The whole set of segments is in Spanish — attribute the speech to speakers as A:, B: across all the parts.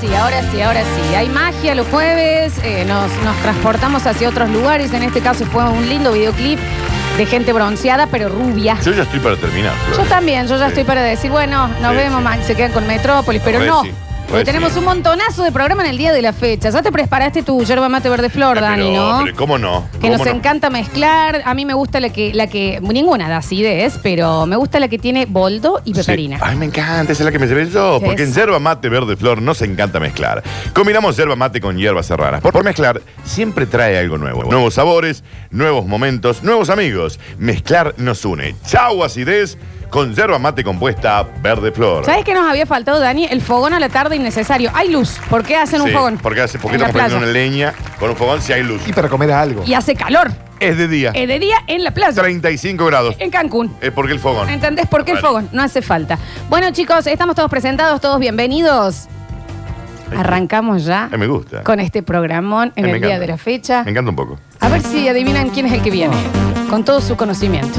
A: sí, ahora sí, ahora sí. Hay magia los jueves, eh, nos, nos transportamos hacia otros lugares. En este caso fue un lindo videoclip de gente bronceada, pero rubia.
B: Yo ya estoy para terminar.
A: Yo
B: Flor.
A: también, yo ya
B: Sí.
A: estoy para decir, bueno, nos
B: Sí,
A: vemos,
B: sí.
A: man- se quedan con Metrópolis, pero
B: Re
A: no.
B: sí,
A: Porque
B: re
A: tenemos
B: sí.
A: un montonazo de programa en el día de la fecha. Ya te preparaste tu yerba mate verde flor,
B: Ah, Pero,
A: Dani, ¿no?
B: pero ¿Cómo no?
A: que
B: ¿Cómo
A: nos
B: no?
A: encanta mezclar. A mí me gusta la que, la que, ninguna da acidez, pero me gusta la que tiene boldo y
B: Sí.
A: peperina.
B: Ay, me encanta, esa es la que me llevé yo.
A: Sí,
B: Porque en
A: es.
B: yerba mate verde flor no se encanta mezclar. Combinamos yerba mate con hierbas serranas. Por, por mezclar siempre trae algo nuevo. Nuevos sabores, nuevos momentos, nuevos amigos. Mezclar nos une. Chau acidez con yerba mate compuesta verde flor.
A: ¿Sabes qué nos había faltado, Dani? El fogón a la tarde innecesario. Hay luz. ¿Por qué hacen un
B: Sí,
A: fogón?
B: Porque hace poquito
A: En la
B: estamos prendiendo
A: playa.
B: una leña con un fogón si hay luz.
C: Y para comer algo.
A: Y hace calor.
B: Es de día.
A: Eh, de día en la playa.
B: 35 grados.
A: En Cancún.
B: Es porque el fogón.
A: ¿Entendés por qué el
B: Vale.
A: fogón? No hace falta. Bueno, chicos, estamos todos presentados, todos bienvenidos. Arrancamos ya
B: Ay, Eh, me gusta.
A: con este programón en
B: Ay, me
A: el día
B: encanta.
A: de la fecha.
B: Me encanta un poco.
A: A ver si adivinan quién es el que viene, con todo su conocimiento.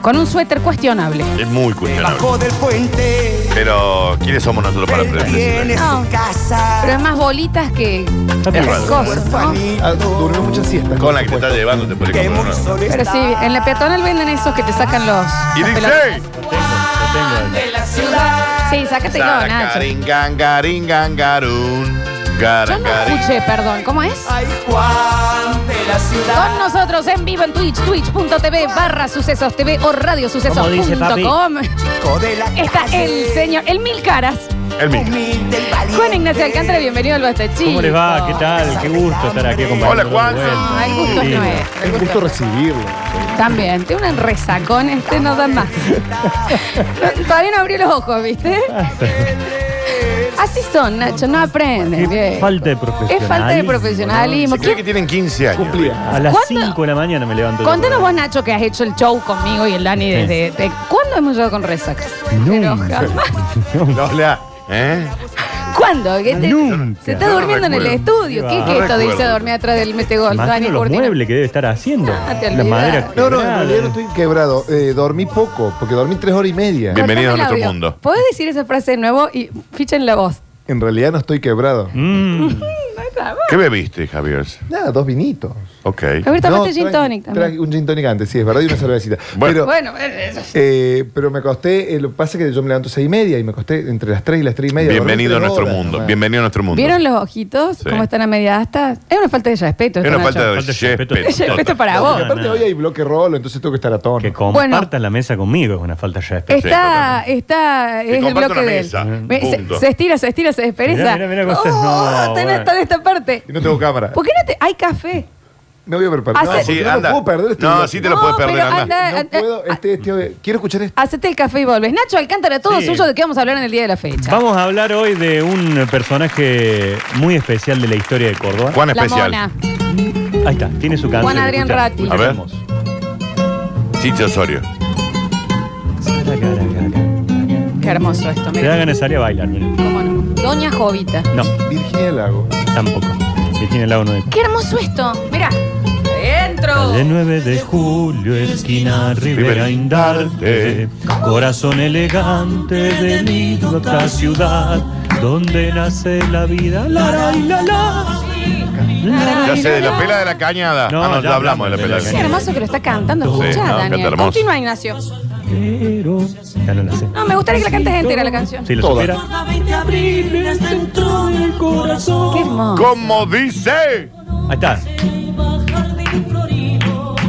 A: Con un suéter cuestionable.
B: Es muy cuestionable.
D: Bajo del puente,
B: Pero, ¿quiénes somos nosotros para
D: él tiene
B: predecir?
A: No.
D: su casa.
A: Ah. Pero es más bolitas que
B: Es
A: otras
B: raro.
A: cosas, ¿no?
C: Ah, durmió
D: Huerfanito,
C: mucha siesta.
B: Con la que te
C: supuesto.
B: estás llevando te puede
D: que
B: comprar
D: muy
B: una.
D: solo
A: Pero sí,
D: está.
A: en la peatonal venden esos que te sacan los...
B: Y
A: las
B: dice,
A: pelotas.
D: En la ciudad.
A: Sí, sácatelo, Nacho.
B: Sacaringangaringangarún.
A: Yo no escuché, perdón. ¿Cómo es?
D: Hay Juan de la
A: Con
D: ciudad.
A: nosotros en vivo en Twitch, twitch.tv barra sucesos TV o radiosucesos.com.
D: Chico de la
A: Está
D: calle,
A: el señor, el mil caras.
B: El micro.
D: Humilde y valiente.
A: Juan Ignacio Alcántara, bienvenido al Basta Chico.
E: ¿Cómo les va? ¿Qué tal? Qué gusto estar aquí acompañándolos
B: Hola, Juan.
E: de vuelta.
A: Ah, el gusto es
E: Sí.
A: nuestro. el
C: Es
A: gusto
C: justo
A: es nuestro.
C: recibirlo.
A: También, tiene un resacón este, no da más. No, Todavía no abrió los ojos, ¿viste?
E: Ah,
A: Así son, Nacho, no aprenden.
E: Qué
A: bien.
E: falta de profesionalismo.
A: Es falta de
B: Se
A: profesionalismo.
B: cree
A: ¿Quién-
B: que tienen 15 años.
C: Cumplida.
E: A las
A: ¿Cuándo?
E: 5 de la mañana me levanto. yo.
A: Contanos vos, Nacho, que has hecho el show conmigo y el Dani desde... de- ¿Cuándo hemos llegado con resaca? Pero jamás.
B: Hola. ¿Eh?
A: ¿Cuándo? ¿Qué te-
E: Nunca.
A: Se está
B: No
A: durmiendo en el
B: recuerdo.
A: estudio. ¿Qué,
E: No
A: qué es esto de irse a
B: recuerdo.
A: dormir atrás del metegol? Dani
E: Imagino los
A: Curtino?
E: muebles que debe estar haciendo.
A: Ah, te
E: la
A: olvidás.
E: madera
C: No, no, en
E: quebrada.
C: realidad no estoy quebrado. Eh, dormí poco, porque dormí tres horas y media.
B: Bien.
A: Cortame
B: Bienvenidos a
A: el
B: nuestro
A: audio.
B: mundo.
A: ¿Podés decir esa frase de nuevo y fichen la voz?
C: En realidad no estoy quebrado.
E: Mm.
B: ¿Qué bebiste, Javier?
C: Nada, dos vinitos.
B: Ok.
A: A ver, tomate
C: No,
A: gin
C: traje-
A: tonic también.
C: traje un gin tonic antes, sí, es verdad, y una cervecita.
B: Bueno.
C: Pero,
A: Bueno, eso es-
C: eh, pero me acosté, eh, lo que pasa es que yo me levanto seis y media y me acosté entre las tres y las tres y media.
B: Bienvenido a
C: Dormí tres
B: nuestro
C: horas
B: mundo.
C: nomás.
B: Bienvenido a nuestro mundo.
A: ¿Vieron los ojitos?
B: Sí.
A: ¿Cómo están a media asta? Es una falta de respeto.
B: Es
A: esto,
B: una
A: Nacho.
B: falta de
E: Falta de respeto.
B: respeto.
A: Es respeto para
C: No,
A: vos.
C: porque aparte
E: no.
C: hoy hay bloque rolo, entonces tengo que estar a tono.
E: Que compartas la mesa conmigo es una falta de respeto.
B: Sí,
A: Está, está,
B: Que
A: es el
B: comparto
A: bloque
B: una
A: de él.
B: mesa.
A: Ve, Se,
B: Punto.
A: se estira, se estira, se despereza.
E: Mirá, mirá, mirá cómo
A: oh,
E: estás. No,
A: está en-
E: bueno.
A: está en esta parte.
C: Y no tengo cámara.
A: ¿Por qué Ah, no te...? Hay café.
C: Me voy a preparar.
A: Hace-
C: No, porque
B: Sí,
C: no lo
B: anda.
C: puedo perder este
B: No,
C: bloque.
B: sí te lo puedes perder,
A: pero
B: anda.
A: anda,
C: No
A: anda,
C: puedo, este,
A: ah.
C: este, quiero escuchar esto.
A: Hacete el café y volvés. Nacho Alcántara, todo
E: Sí.
A: suyo de qué vamos a hablar en el día de la fecha.
E: Vamos a hablar hoy de un personaje muy especial de la historia de Córdoba.
B: Juan
A: La
B: especial.
A: mona.
E: Ahí está, tiene su canción.
A: Juan Adrián
E: Escuchá,
A: Ratti.
E: escuchá
B: A ver.
E: hermoso.
B: Chicho Osorio.
A: Qué hermoso esto,
E: Te da
A: mira.
E: ganas de salir a bailar. mira.
A: ¿Cómo no? Doña Jovita.
E: No,
C: Virginia Lago.
E: tampoco. Que tiene el lado no de
A: Qué hermoso esto. Mira. Dentro.
E: Calle 9 de julio, esquina Rivera Indarte, corazón elegante de mi nota ciudad, donde nace la vida. La, la, y la, la. La,
B: Ya sé, de
A: no.
B: la pela de la cañada.
E: No,
B: ah, no,
E: ya
B: ya hablamos de la pela de la
A: Qué
B: cañada.
A: hermoso que lo está cantando.
B: Sí,
A: Escuchá,
B: no, canta
A: Daniel.
B: hermoso.
A: Continúa, Ignacio.
E: Pero. Ya no la sé.
A: No, me gustaría que la cantes entera la canción.
E: Si lo
C: Toda.
E: supiera.
A: Qué hermoso.
B: ¿Cómo dice?
E: Ahí está.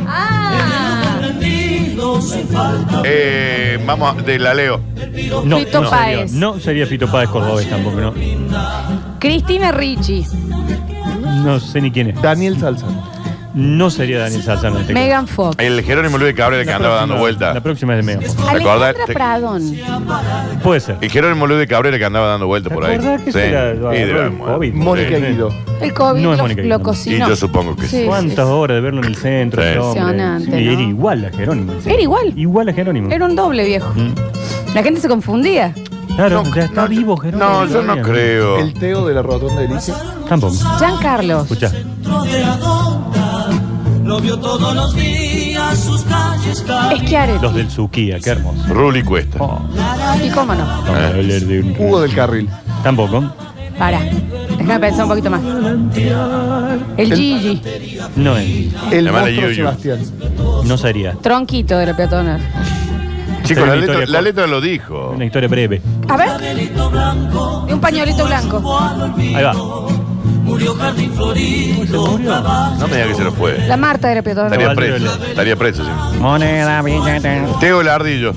A: Ah,
B: Eh, vamos, a- de la leo.
E: No,
A: Fito
E: no sería,
A: Páez.
E: no sería Fito Páez Cordobés tampoco, no.
A: Cristina Ricci,
E: No sé ni quién es.
C: Daniel Salsa.
E: No sería Daniel Salzano en este caso.
A: Megan Fox,
B: El Jerónimo Luis Cabrera que
E: La
B: andaba
E: próxima-
B: dando vueltas.
E: La próxima es de Megan.
A: Alejandra
B: Recordá- te-
A: Pradón.
E: Puede ser.
B: El Jerónimo Luis Cabrera que andaba dando vueltas
E: ¿Te
B: por ahí.
E: acordás que se la- lo
B: Y
E: agarró
B: de-
E: el COVID?
C: Mónica
B: Sí.
C: Guido.
A: El COVID
E: No es
A: lo,
E: Mónica
A: lo
E: Guillermo.
A: cocinó.
B: Y yo supongo que sí.
E: ¿Cuántas
A: sí.
E: horas de verlo en el centro?
B: Sí.
E: ese hombre?
A: Impresionante,
E: Y
A: ¿no?
E: Era igual a Jerónimo.
A: Era igual.
E: Igual a Jerónimo.
A: Era un doble viejo.
E: Mm.
A: La gente se confundía.
E: Claro,
B: No,
E: ya está
B: no,
E: vivo Jerónimo.
B: No, yo no
E: todavía.
B: creo.
C: El Teo de la Rotonda de Lice.
E: Tampoco.
A: Jean Carlos.
E: Escucha. Los
A: Schiaretti.
E: del Suquía, qué hermoso.
B: Ruli Cuesta.
E: Oh,
A: Y cómo no.
B: Eh.
E: vamos a hablar de un-
C: Hugo del Carril.
E: Tampoco.
A: Para. Déjame pensar un poquito más. El Gigi.
E: No es.
C: El
B: Llamale
C: monstruo
B: Yuyu.
C: Sebastián.
E: No sería.
A: Tronquito de la peatonal.
B: Chicos,
E: Una
B: la
E: historia
B: letra, la
E: corta.
B: letra lo dijo.
E: Una historia breve.
A: A ver. Y un pañuelito blanco.
E: Ahí va. Murió Jardín Florido.
B: No me diga que se lo fue.
A: La Marta de la peatonal.
B: Estaría
E: Valde
B: preso.
E: Vela.
B: Estaría preso, sí.
E: Moneda, billete.
B: Teo el ardillo.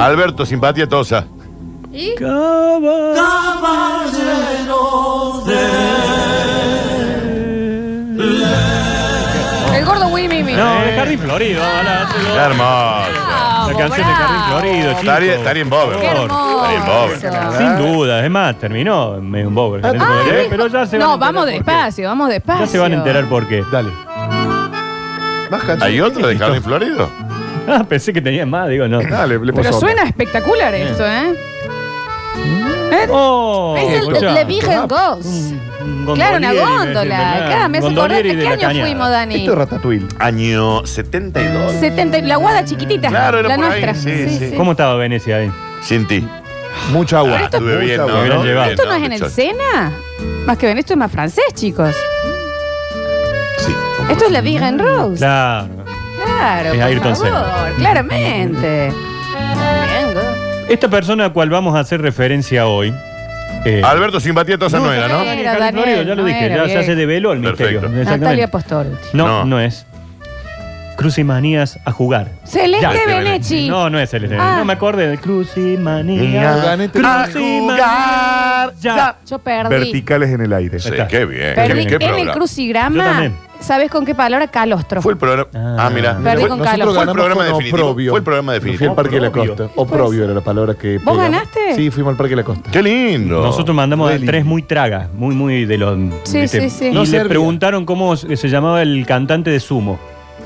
B: Alberto, simpatía tosa.
A: ¿Y? El gordo Willy Mimi.
E: No, de Jardín Florido. hola,
B: Qué
E: hazlo.
B: Hermoso.
E: La canción de Jardín Florido, chicos.
B: Estaría, estaría en Bob.
A: Qué hermoso.
B: Estaría en Bob.
A: Ah,
E: Sin duda, es más, terminó medio un bobo. el Jardín
C: Ah,
E: Florido,
A: dijo-
E: ¿eh? pero ya se van a
A: no,
E: enterar
A: vamos
E: por qué.
A: despacio, vamos despacio.
E: Ya se van a enterar por qué.
C: Dale. Más canciones.
B: ¿Hay otro de Jardín Florido?
E: Ah, pensé que tenía más, digo, no.
C: Dale, le
A: Pero
C: puso
A: suena espectacular esto, ¿eh? ¿Eh?
E: Oh,
A: es el
E: escuchá.
A: Le Virgen Ghost.
E: Un
A: Claro, una
E: gondolieri,
A: góndola.
E: ¿verdad?
A: Acá, me hace acordar.
E: Gondolieri
A: ¿De
E: de
A: qué
E: la
A: año
E: cañada.
A: fuimos,
C: otra. Esto
A: Dani?
C: es Ratatouille.
B: Año 72.
A: 70, la guada chiquitita.
B: Claro, era
A: la
B: por ahí,
A: nuestra.
B: sí, sí.
E: ¿Cómo estaba Venecia ahí?
B: Sin ti.
C: Mucha agua.
B: Ah, estuve
C: Mucha
B: bien,
C: agua.
B: ¿no?
E: hubieran
B: Estuve
E: llevado.
B: bien,
A: ¿Esto no es en
B: Pichón?
A: el Sena? Más que ven, esto es más francés, chicos.
B: Sí.
A: Esto es la Virgen Rose.
E: Claro.
A: Claro,
E: Es
A: por
E: Ayrton
A: favor,
E: Senna.
A: claramente. Bien, go.
E: Esta persona a cual vamos a hacer referencia hoy. eh,
B: Alberto, simpatía tosa no era,
A: no
B: ¿no?
A: Era,
E: Jardín
A: Daniel,
E: Florido, ya lo
A: no
E: dije,
A: era,
E: ya
A: bien.
E: ya se develó el misterio.
B: Perfecto.
E: exactamente.
A: Natalia Pastoruti.
E: No,
B: No.
E: no, es. Cruz y manías a jugar.
A: Celeste
E: Ya.
A: Benechi.
E: No, no es el
A: Eh, Ah.
E: No me acordé del Cruz y
C: Niña.
E: manías.
C: Ganete.
E: Cruz y manías. Ya.
A: Yo perdí.
C: Verticales en el aire.
B: Sí,
E: está.
B: qué bien. Qué,
A: Perdí.
B: bien,
A: en
B: qué
A: el
B: programa.
E: Yo
A: crucigrama,
E: también.
A: ¿sabes con qué palabra? Calostro.
B: Fue el programa. Ah,
E: Ah.
B: mira.
A: Perdí
B: Fue-
A: con
C: Nosotros
A: Carlos.
B: Fue el
C: ganamos
B: programa
C: con
B: definitivo.
C: oprobio.
B: Fue el programa
C: Fui al
B: definitivo.
C: Parque de la
E: Oprobio.
C: Costa. Oprobio era la palabra que.
A: ¿Vos
C: pegaba.
A: ganaste?
C: Sí, fuimos al Parque de la Costa.
B: Qué lindo.
E: Nosotros mandamos
C: Really.
E: tres muy tragas, muy, muy de los.
A: Sí, sí, sí.
E: Y
A: No
E: le
C: servía.
E: preguntaron cómo se se llamaba el cantante de Sumo.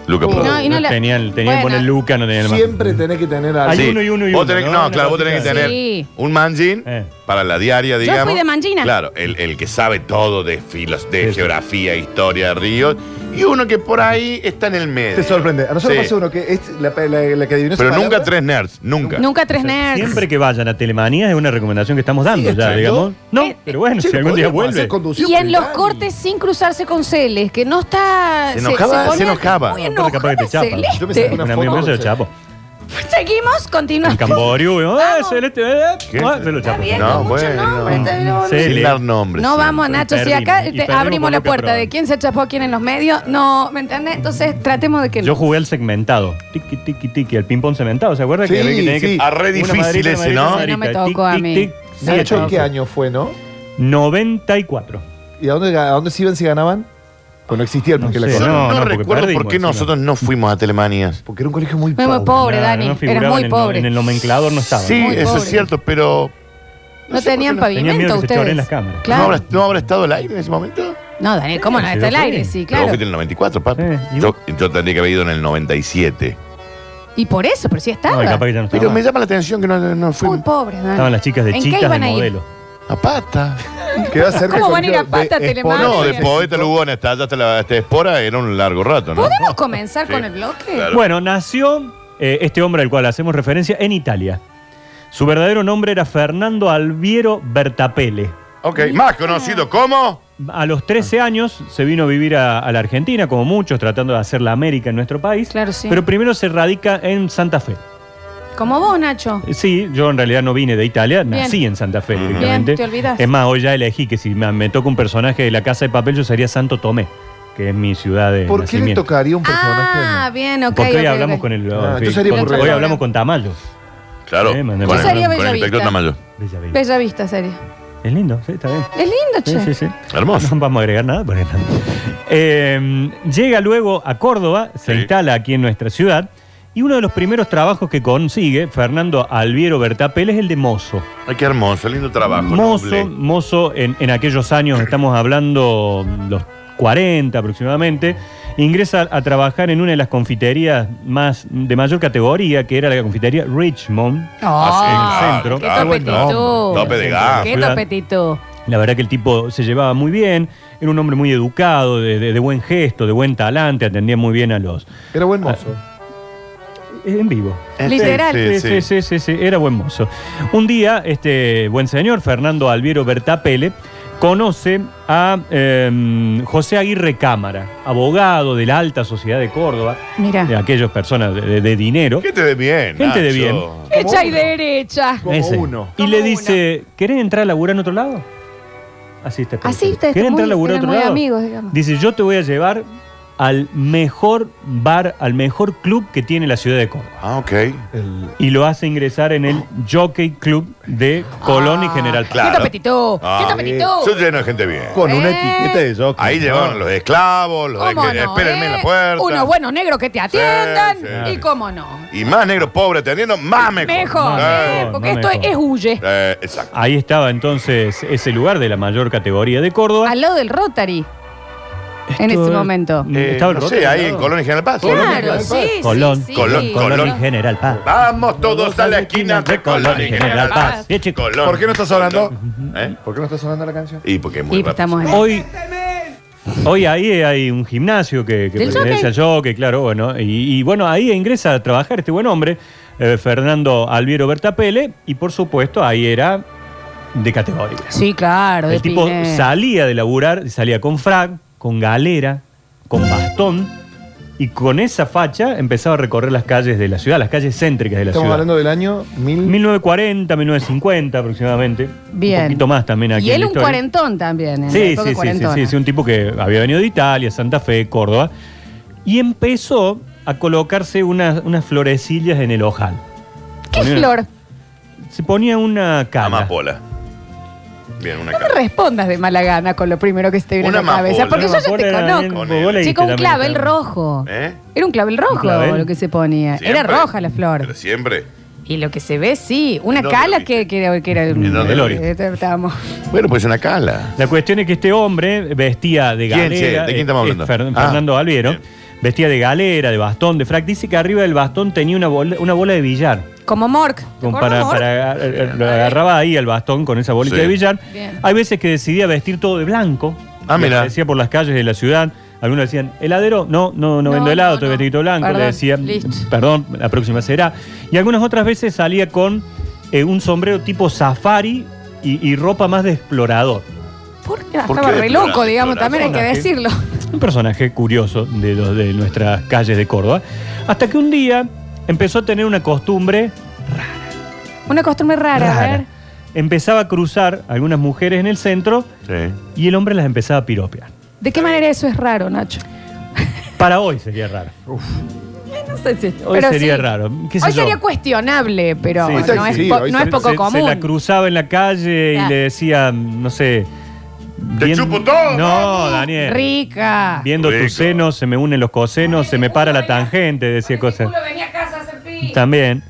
B: Luca
A: Y
B: Prodan.
A: no, y no la-
E: Tenían, tenían que
A: Bueno.
E: poner Luca, no tenían el más.
C: Siempre tenés que tener algo.
E: Hay uno y uno y
B: Vos
E: uno,
B: tenés-
E: ¿no?
B: no,
E: Una
B: claro, vos
E: cosita
B: tenés que
E: así.
B: tener
A: Sí.
B: un manjin
E: Eh.
B: para la diaria, digamos.
A: fui de mangina.
B: Claro, el, el que sabe todo de filos, de
E: Sí, sí.
B: geografía, historia, de ríos. Y uno que por ahí está en el medio.
C: Te sorprende. A nosotros
B: Sí.
C: pasa uno que es la, la- la que adivinó esa
B: Pero nunca
C: palabra.
B: tres nerds, nunca.
A: Nunca tres nerds.
E: Siempre que vayan a Telemanías es una recomendación que estamos dando
C: Sí,
E: ya,
C: exacto.
E: digamos. No,
A: Eh,
E: pero bueno,
C: Che,
E: si algún día
C: podríamos hacer
E: vuelve.
C: conducción
A: Y en los
C: privada.
A: cortes sin cruzarse con Celes, que no está.
B: Se enojaba, se
A: ponía
B: enojaba.
A: Muy
E: Aparte capaz
A: enojada,
E: que te chapa.
C: Yo me saco
A: Celeste.
C: una
E: Un
C: foto,
E: amigo mío se lo
C: sí.
E: chapo.
A: Seguimos,
E: En
A: continuamos.
E: Camboriú, ¿no? ¡Eh,
A: Vamos.
E: Celeste! eh,
B: ¿Qué?
E: eh, se lo chapo.
B: No, bueno.
E: Sí.
B: Sin dar nombres.
A: No
B: siempre.
A: vamos, Nacho. Si
E: Perdimos,
A: acá eh,
E: y
A: te
E: perdimos
A: abrimos
E: por
A: la
E: Luca
A: puerta
E: Prodan.
A: de quién se chapó a quién en los medios, no, ¿me entiendes? Entonces tratemos de que
E: Yo
A: no.
E: jugué al segmentado. Tiki, tiki, tiki. El ping-pong segmentado, ¿se acuerda?
C: Sí,
E: que había que tener
C: sí.
E: que.
B: Ah, re
E: una
B: difícil
E: maderita,
B: ese,
E: maderita,
B: ¿no?
E: maderita,
A: No me
E: tic,
A: tocó a
E: tic,
A: mí.
E: tic,
A: No me
E: siete.
C: Nacho, ¿en ¿qué año fue, no?
E: 94.
C: ¿Y a dónde, a dónde se iban si ganaban? Pues no existía el
E: No
C: Parque de
B: Yo
C: la
E: sé.
C: Costa.
B: no,
E: No, no, porque
B: recuerdo por
E: perdimos
B: qué
E: encima.
B: nosotros no fuimos a Telemanías.
C: Porque era un colegio muy
A: Muy, muy pobre,
E: Claro,
A: Dani.
E: no
A: Eras
E: figuraba en
A: muy
E: el-
A: pobre.
E: En el nomenclador no estaba.
B: Sí,
A: Muy
B: eso
A: pobre.
B: es cierto, pero.
A: No, tenían
E: Tenían miedo
A: pavimento
E: que se choren
A: ustedes.
E: las cámaras.
B: ¿no,
A: Claro.
B: habrá, no habrá estado al aire en ese momento?
A: No, Daniel, ¿cómo no?
E: Sí,
A: Está el
E: yo
A: aire,
E: fui.
A: sí,
B: Pero vos
A: claro.
B: fuiste en el 94, Pato.
E: Eh, ¿y
B: yo,
E: vos?
B: yo tendría que haber ido en el 97.
A: Y por eso, pero sí
E: No,
A: estaba.
E: y capaz que ya no estaba.
B: Pero me llama la atención que no, no
A: Muy
B: fuimos.
A: pobre, Dani.
E: Estaban las chicas de
A: ¿En qué
E: chicas de
A: iban a ir?
E: modelo.
B: A pata.
C: Quedaba cerca
A: ¿Cómo
C: el
A: van a ir a
C: colegio de
A: pata,
C: Espora.
A: Telemar?
B: No, de
A: Ah, sí.
B: poeta Lugona hasta allá hasta la hasta espora era un largo rato, ¿no?
A: ¿Podemos comenzar
B: Sí.
A: con el bloque?
B: Claro.
E: Bueno, nació eh, este hombre al cual hacemos referencia en Italia. Su verdadero nombre era Fernando Alviero Bertapele.
B: Ok, más conocido como.
E: A los
C: Ah.
E: 13 años se vino a vivir a, a la Argentina, como muchos, tratando de hacer la América en nuestro país.
A: Claro, sí.
E: Pero primero se radica en Santa Fe.
A: Como vos, Nacho.
E: Eh, Sí, yo en realidad no vine de Italia,
A: Bien.
E: nací en Santa Fe
B: Bien,
E: directamente.
A: te olvidaste.
E: Es más, hoy ya elegí que si me, me toca un personaje de la Casa de Papel, yo sería Santo Tomé, que es mi ciudad de
C: ¿Por qué le
E: nacimiento.
C: tocaría un
A: Ah,
C: personaje?
A: bien, ok.
E: Porque
A: ok,
E: hoy hablamos
A: ok.
E: con el.
C: Ah,
E: sí,
C: yo sería
E: con-
A: muy
E: hoy
A: raro.
E: hablamos con Tamayo.
B: Claro.
E: Sí, mandé
B: con
E: Yo
B: el-
A: sería
B: con el
A: Bellavista.
B: inspector Tamayo.
E: Bella Vista.
A: Bella vista, serio.
E: Es lindo, sí, está bien.
A: Es lindo,
E: Sí,
A: che.
E: sí, sí.
B: Hermoso.
E: No vamos a agregar nada, porque no. Eh, llega luego a Córdoba, se
B: Sí.
E: instala aquí en nuestra ciudad, y uno de los primeros trabajos que consigue Fernando Alviero Bertapel es el de mozo.
B: Ay, qué hermoso, lindo trabajo.
E: Mozo,
B: noble.
E: mozo en, en aquellos años, estamos hablando los 40 aproximadamente, ingresa a trabajar en una de las confiterías más de mayor categoría, que era la confitería Richmond.
B: Ah, sí,
A: Ah,
E: claro,
A: qué
B: claro,
A: topetito.
B: Tope de gama.
A: Qué topetito.
E: La verdad que el tipo se llevaba muy bien, era un hombre muy educado, de, de- de buen gesto, de buen talante, atendía muy bien a los...
C: Era buen mozo.
E: Eh, en vivo.
A: Literal.
B: Este, Sí,
E: Sí, sí, sí, sí, sí, era buen mozo. Un día, este buen señor, Fernando Alviero Bertapele, conoce a eh, José Aguirre Cámara, abogado de la alta sociedad de Córdoba,
A: Mira.
E: de aquellas personas de, de- de dinero.
B: Gente de bien.
E: Gente de bien.
B: Nacho.
A: Hecha y derecha.
C: Como uno.
E: Y
A: Como
E: le
A: uno.
E: dice, ¿querés entrar a laburar en otro lado? Así está.
A: Así te
E: ¿Querés
A: muy-
E: entrar a laburar a
A: eran
E: otro
A: muy
E: lado?
A: amigos, digamos.
E: Dice, yo te voy a llevar al mejor bar, al mejor club que tiene la ciudad de Córdoba.
B: Ah, ok.
C: El-
E: y lo hace ingresar en el Jockey Club de Colón y General Paz.
B: Claro.
A: ¡Qué tapetito!
B: Ah,
A: ¡Qué tapetito!
B: Yo lleno de gente bien.
C: con una
A: Eh.
C: etiqueta de jockey.
B: Ahí
C: ¿no?
B: llevaron los esclavos, los de
A: ¿Cómo
B: que
A: no,
B: espérenme en
A: eh?
B: la puerta.
A: Unos buenos negros que te atiendan.
B: sí.
A: Y cómo no.
B: Y más negro pobre atendiendo, más mejor.
A: Mejor,
B: Eh,
A: eh, porque
E: no
A: esto
E: mejor.
A: es huye.
B: eh, exacto.
E: Ahí estaba entonces ese lugar de la mayor categoría de Córdoba.
A: Al lado del Rotary. En
E: Esto-
A: ese momento.
B: Eh,
E: Mm, Estaba el
B: no
E: Rotary
B: sé,
E: al
B: ahí
E: lado.
B: en Colonia General Paz.
A: Claro, sí, sí,
E: Colón,
A: sí.
B: Colón, Colón.
E: Colón y General Paz.
B: Vamos todos a la esquina de Colón y General Paz.
E: Bien, chicos.
B: Colón.
C: ¿Por qué no está sonando?
B: ¿Eh?
C: ¿Por qué no está sonando la canción?
B: Y porque es muy
A: Y
B: rápido.
A: estamos en...
E: Hoy, hoy ahí hay un gimnasio que, que
A: Del
E: pertenece al jockey, claro, bueno. Y, y bueno, ahí ingresa a trabajar este buen hombre, eh, Fernando Alviero Bertapele, y por supuesto ahí era de categoría.
A: Sí, claro, de
E: El tipo
A: Piné.
E: salía de laburar, salía con frac, con galera, con bastón, y con esa facha empezaba a recorrer las calles de la ciudad, las calles céntricas de la
C: Estamos
E: ciudad.
C: hablando del año mil...
E: 1940, 1950 aproximadamente.
A: Bien.
E: Un poquito más también aquí.
A: Y
E: en
A: él
E: la
A: un
E: historia.
A: cuarentón también. en la
E: Sí,
A: época
E: sí, sí, sí,
A: cuarentona.
E: sí, sí, un tipo que había venido de Italia, Santa Fe, Córdoba, y empezó a colocarse unas, unas florecillas en el ojal.
A: ¿Qué
E: Ponía-
A: flor?
E: Se ponía una cama.
B: Amapola. Bien, una
A: No me
B: cara.
A: respondas de mala gana con lo primero que se te viene
B: Una
A: a la cabeza,
B: amapola.
A: porque yo
E: Una
A: ya te
E: amapola era bien-
A: conozco.
E: vos- vos leíste
A: Chico, un
E: también,
A: clavel
E: claro.
A: rojo.
B: ¿Eh?
A: Era un clavel rojo
E: clavel?
A: lo que se ponía. Era
B: Siempre.
A: roja la flor.
B: Pero siempre.
A: Y lo que se ve, sí. Una
B: ¿En dónde lo
A: cala que,
B: viste?
A: que, que era
B: ¿En dónde
E: lo
A: Eh, estábamos.
B: Bueno, pues una cala.
E: La cuestión es que este hombre vestía de
B: ¿Quién,
E: galera.
B: che? ¿De quién estamos
E: eh,
B: hablando?
E: es Fer-
B: Ah,
E: Fernando Alviero.
B: bien.
E: Vestía de galera, de bastón, de frac. Dice que arriba del bastón tenía una bola, una bola de billar.
A: Como Mork.
E: Como para, para agar- eh, lo agarraba ahí al bastón con esa bolita
B: Sí.
E: de billar.
A: Bien.
E: Hay veces que decidía vestir todo de blanco.
B: Ah,
E: Y
B: mirá.
E: aparecía por las calles de la ciudad. Algunos decían, ¿heladero? No, no, no,
A: No,
E: vendo helado,
A: no,
E: estoy
A: no.
E: vestido blanco.
A: Perdón,
E: Le decían,
A: listo.
E: perdón, la próxima será. Y algunas otras veces salía con eh, un sombrero tipo safari y- y ropa más de explorador.
A: Porque
B: ¿Por
A: estaba
B: qué
A: re loco,
B: explorar-
A: digamos,
B: explorar
A: también hay que
E: zonas, eh?
A: decirlo.
E: Un personaje curioso de, los de nuestras calles de Córdoba. Hasta que un día empezó a tener una costumbre
A: Una costumbre rara, a ver.
E: rara. Empezaba a cruzar algunas mujeres en el centro
B: Sí.
E: y el hombre las empezaba a piropear.
A: ¿De qué manera eso es raro, Nacho?
E: Para hoy sería raro.
A: No sé si.
E: Hoy
A: pero
E: sería
A: sí.
E: raro. ¿Qué sé
A: Hoy
E: yo?
A: sería cuestionable, pero
E: Sí,
A: no,
E: sí,
A: es
C: sí,
A: po-
C: hoy
A: no es
C: sería-
A: poco
E: se,
A: común.
E: se la cruzaba en la calle
A: Claro.
E: y le decía, no sé.
B: ¡Te chupo todo,
E: No, Daniel.
A: Rica.
E: Viendo
B: Rico.
E: tus senos, se me unen los cosenos, se me para la tangente, decía cosas. También.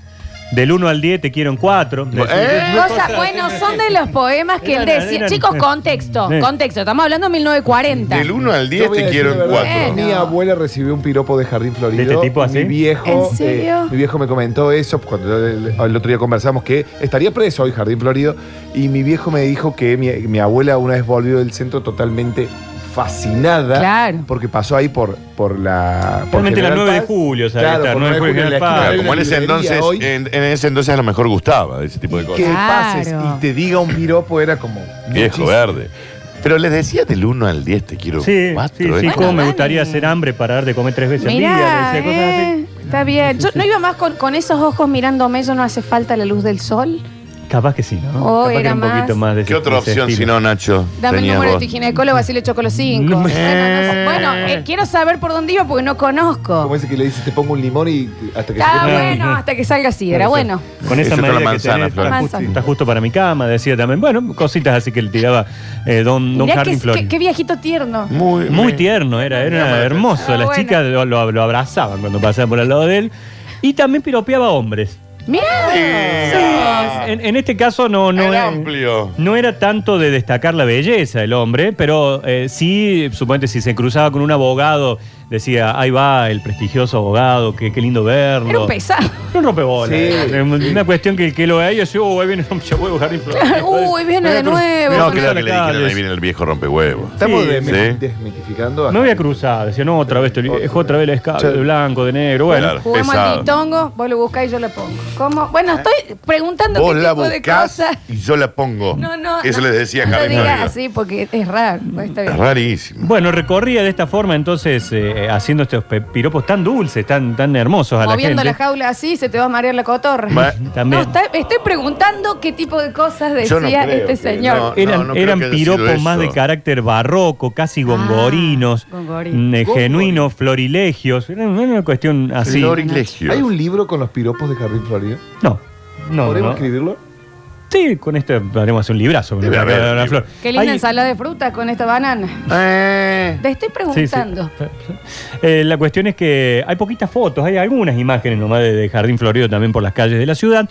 E: Del 1 al 10 te quiero en 4.
A: Cosas, Eh, bueno, son de los poemas que él
E: Eran-
A: decía.
E: eran-
A: Chicos, contexto,
E: Sí.
A: contexto. Estamos hablando de 1940.
B: Del 1 al
C: Yo
B: 10
C: voy a
B: te
C: decir
B: quiero
C: la
B: en
C: verdad,
B: 4.
A: Eh.
C: Mi abuela recibió un piropo de jardín florido.
E: ¿De este tipo así?
C: Mi viejo,
A: ¿En serio?
C: eh, mi viejo me comentó eso cuando yo el, el otro día conversamos que estaría preso hoy jardín florido y mi viejo me dijo que mi, mi abuela una vez volvió del centro totalmente fascinada
A: Claro.
C: porque pasó ahí por por la por
E: Realmente la
C: General
E: 9 de
C: Paz.
E: julio, o sea,
C: Claro,
E: esta
C: por
E: 9 de julio
C: en la
E: General
C: esquina
E: Paz.
C: hay una
B: Como en ese
C: librería
B: entonces,
C: hoy,
B: en, en ese entonces a lo mejor gustaba de ese tipo de
C: que
B: cosas.
C: pases
A: Claro.
C: y te diga un piropo era como
B: Viejo
C: muchísimo.
B: verde. Pero les decía del 1 al 10 te quiero ¿eh?
E: Sí,
B: en 4.
E: sí, sí,
A: Bueno,
E: como me
A: Dani.
E: gustaría hacer hambre para dar de comer tres veces
A: Mirá,
E: al día, decía
A: eh, está bien. Yo no iba más con, con esos ojos mirándome, yo no hace falta la luz del sol.
E: cosas así. Capaz que sí, ¿no?
A: Oh,
E: Capaz que
A: era
E: un poquito
A: más.
E: más de ese-
B: ¿Qué otra
E: de ese
B: opción si
E: estilo.
B: no, Nacho?
A: Dame el
B: tenías
A: número
B: vos?
A: de tu ginecólogo, así le choco los cinco.
E: No me-
A: Bueno, no sé. Bueno, eh, quiero saber por dónde iba porque no
C: como
A: conozco.
C: ese que le dices te pongo un limón y hasta que
A: Está
E: Ah,
A: bueno hasta que salga sidra. Bueno,
E: Con esa
B: Excepto la
E: medida que
B: manzana,
E: tenés,
B: Flor.
E: está justo-
A: Manzana.
E: está justo para mi cama, decía también. Bueno, cositas así que le tiraba eh, Don, don
A: mirá qué,
E: Jardín Flores.
A: qué- qué viejito tierno.
B: Muy,
E: Muy
B: me-
E: tierno era,
B: Llama
E: era
B: la
E: hermoso.
A: Ah,
E: Las
A: bueno.
E: chicas lo, lo- lo abrazaban cuando pasaban por al lado de él. Y también piropeaba hombres.
A: Mirá.
E: En, en este caso no, no
B: Era
E: era.
B: amplio.
E: No era tanto de destacar la belleza del hombre, pero eh, sí, suponete, si se cruzaba con un abogado decía, ahí va el prestigioso abogado, qué, qué lindo verlo.
A: Era un pesado.
E: Era un rompebola.
C: Sí.
E: era Una cuestión que el que lo ve ahí, decía, oh, ahí viene un chabuevo, Jardín Flores.
A: Uy, viene de
E: Me voy a
A: nuevo.
E: cruzar- me
B: No,
E: voy
B: creo
E: a cruzar
B: que le
E: la
B: dijeron ahí
E: calle.
B: viene el viejo rompehuevos.
C: Estamos
E: Sí,
C: desmi-
B: sí.
C: desmitificando. a-
E: Me voy a cruzar, decía, no, otra vez, te- es otra vez el escabio,
C: Sí.
E: de blanco, de negro, bueno.
B: Claro.
A: Jugamos
B: Pesado.
A: al titongo, vos lo buscás y yo le pongo. ¿Cómo? Bueno, estoy preguntando
B: ¿Eh? Vos
A: qué
B: la
A: tipo de
B: buscás
A: cosas.
B: y yo la pongo.
A: No, no.
B: Eso
A: no,
B: les decía
A: no lo
B: Javier
A: digas
B: Moreira.
A: así porque es raro. pues, está
B: Es
A: bien.
B: rarísimo.
E: Bueno, recorría de esta forma entonces, eh, haciendo estos pe- piropos tan dulces, tan, tan hermosos a la
A: Moviendo
E: gente.
A: la jaula así, se te va a marear la cotorra.
B: Ma-
E: También.
A: No, está- estoy preguntando qué tipo de cosas
B: Yo no
A: decía
B: creo
A: este
B: que-
A: señor.
B: no,
E: Eran,
B: no creo
E: eran
B: que haya sido
E: piropos más
B: eso.
E: de carácter barroco, casi gongorinos,
A: Ah, gongorinos.
E: mm, eh,
C: Gongorinos.
E: genuinos, florilegios. Era una una cuestión así.
B: Florilegios.
C: ¿Hay un libro con los piropos de Jardín Florido?
E: No, no,
C: ¿Podemos
E: no.
C: escribirlo?
E: Sí, con esto haremos un librazo.
B: Debe haber
E: Una
B: libro.
E: flor.
A: Qué linda
E: Hay-
A: ensalada de fruta con esta banana.
B: Eh,
A: Te estoy
E: Sí, sí.
A: preguntando.
E: Eh, la cuestión es que hay poquitas fotos, hay algunas imágenes nomás de, de Jardín Florido también por las calles de la ciudad.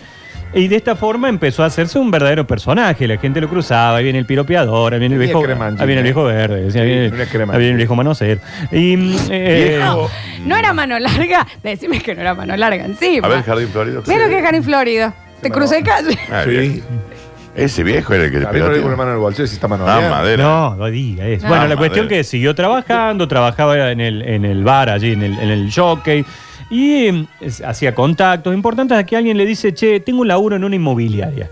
E: Y de esta forma empezó a hacerse un verdadero personaje. La gente lo cruzaba, ahí viene el piropeador, ahí viene el
C: Tenía
E: viejo,
C: crema angina.
E: ahí viene el viejo verde, decía, ahí viene,
C: tenía crema
E: ahí viene el viejo manoser. Y, mm, eh,
B: Viejo.
A: No era mano larga. Decime que no era mano larga encima.
B: a ver, Jardín Florido.
A: Mira que Jardín Florido. Te crucé de calle.
B: Ah, viejo. Ese viejo era el que te
C: Jardín Florido con
B: pegó.
C: la mano en el bolsillo y si está mano.
B: Ah, madera.
E: No, no diga eso.
A: No.
E: Bueno, la
B: Madre.
E: cuestión que siguió trabajando, trabajaba en el, en el bar allí, en el, en el jockey, y mm, es- hacía contactos importantes a que alguien le dice, che, tengo un laburo en una inmobiliaria.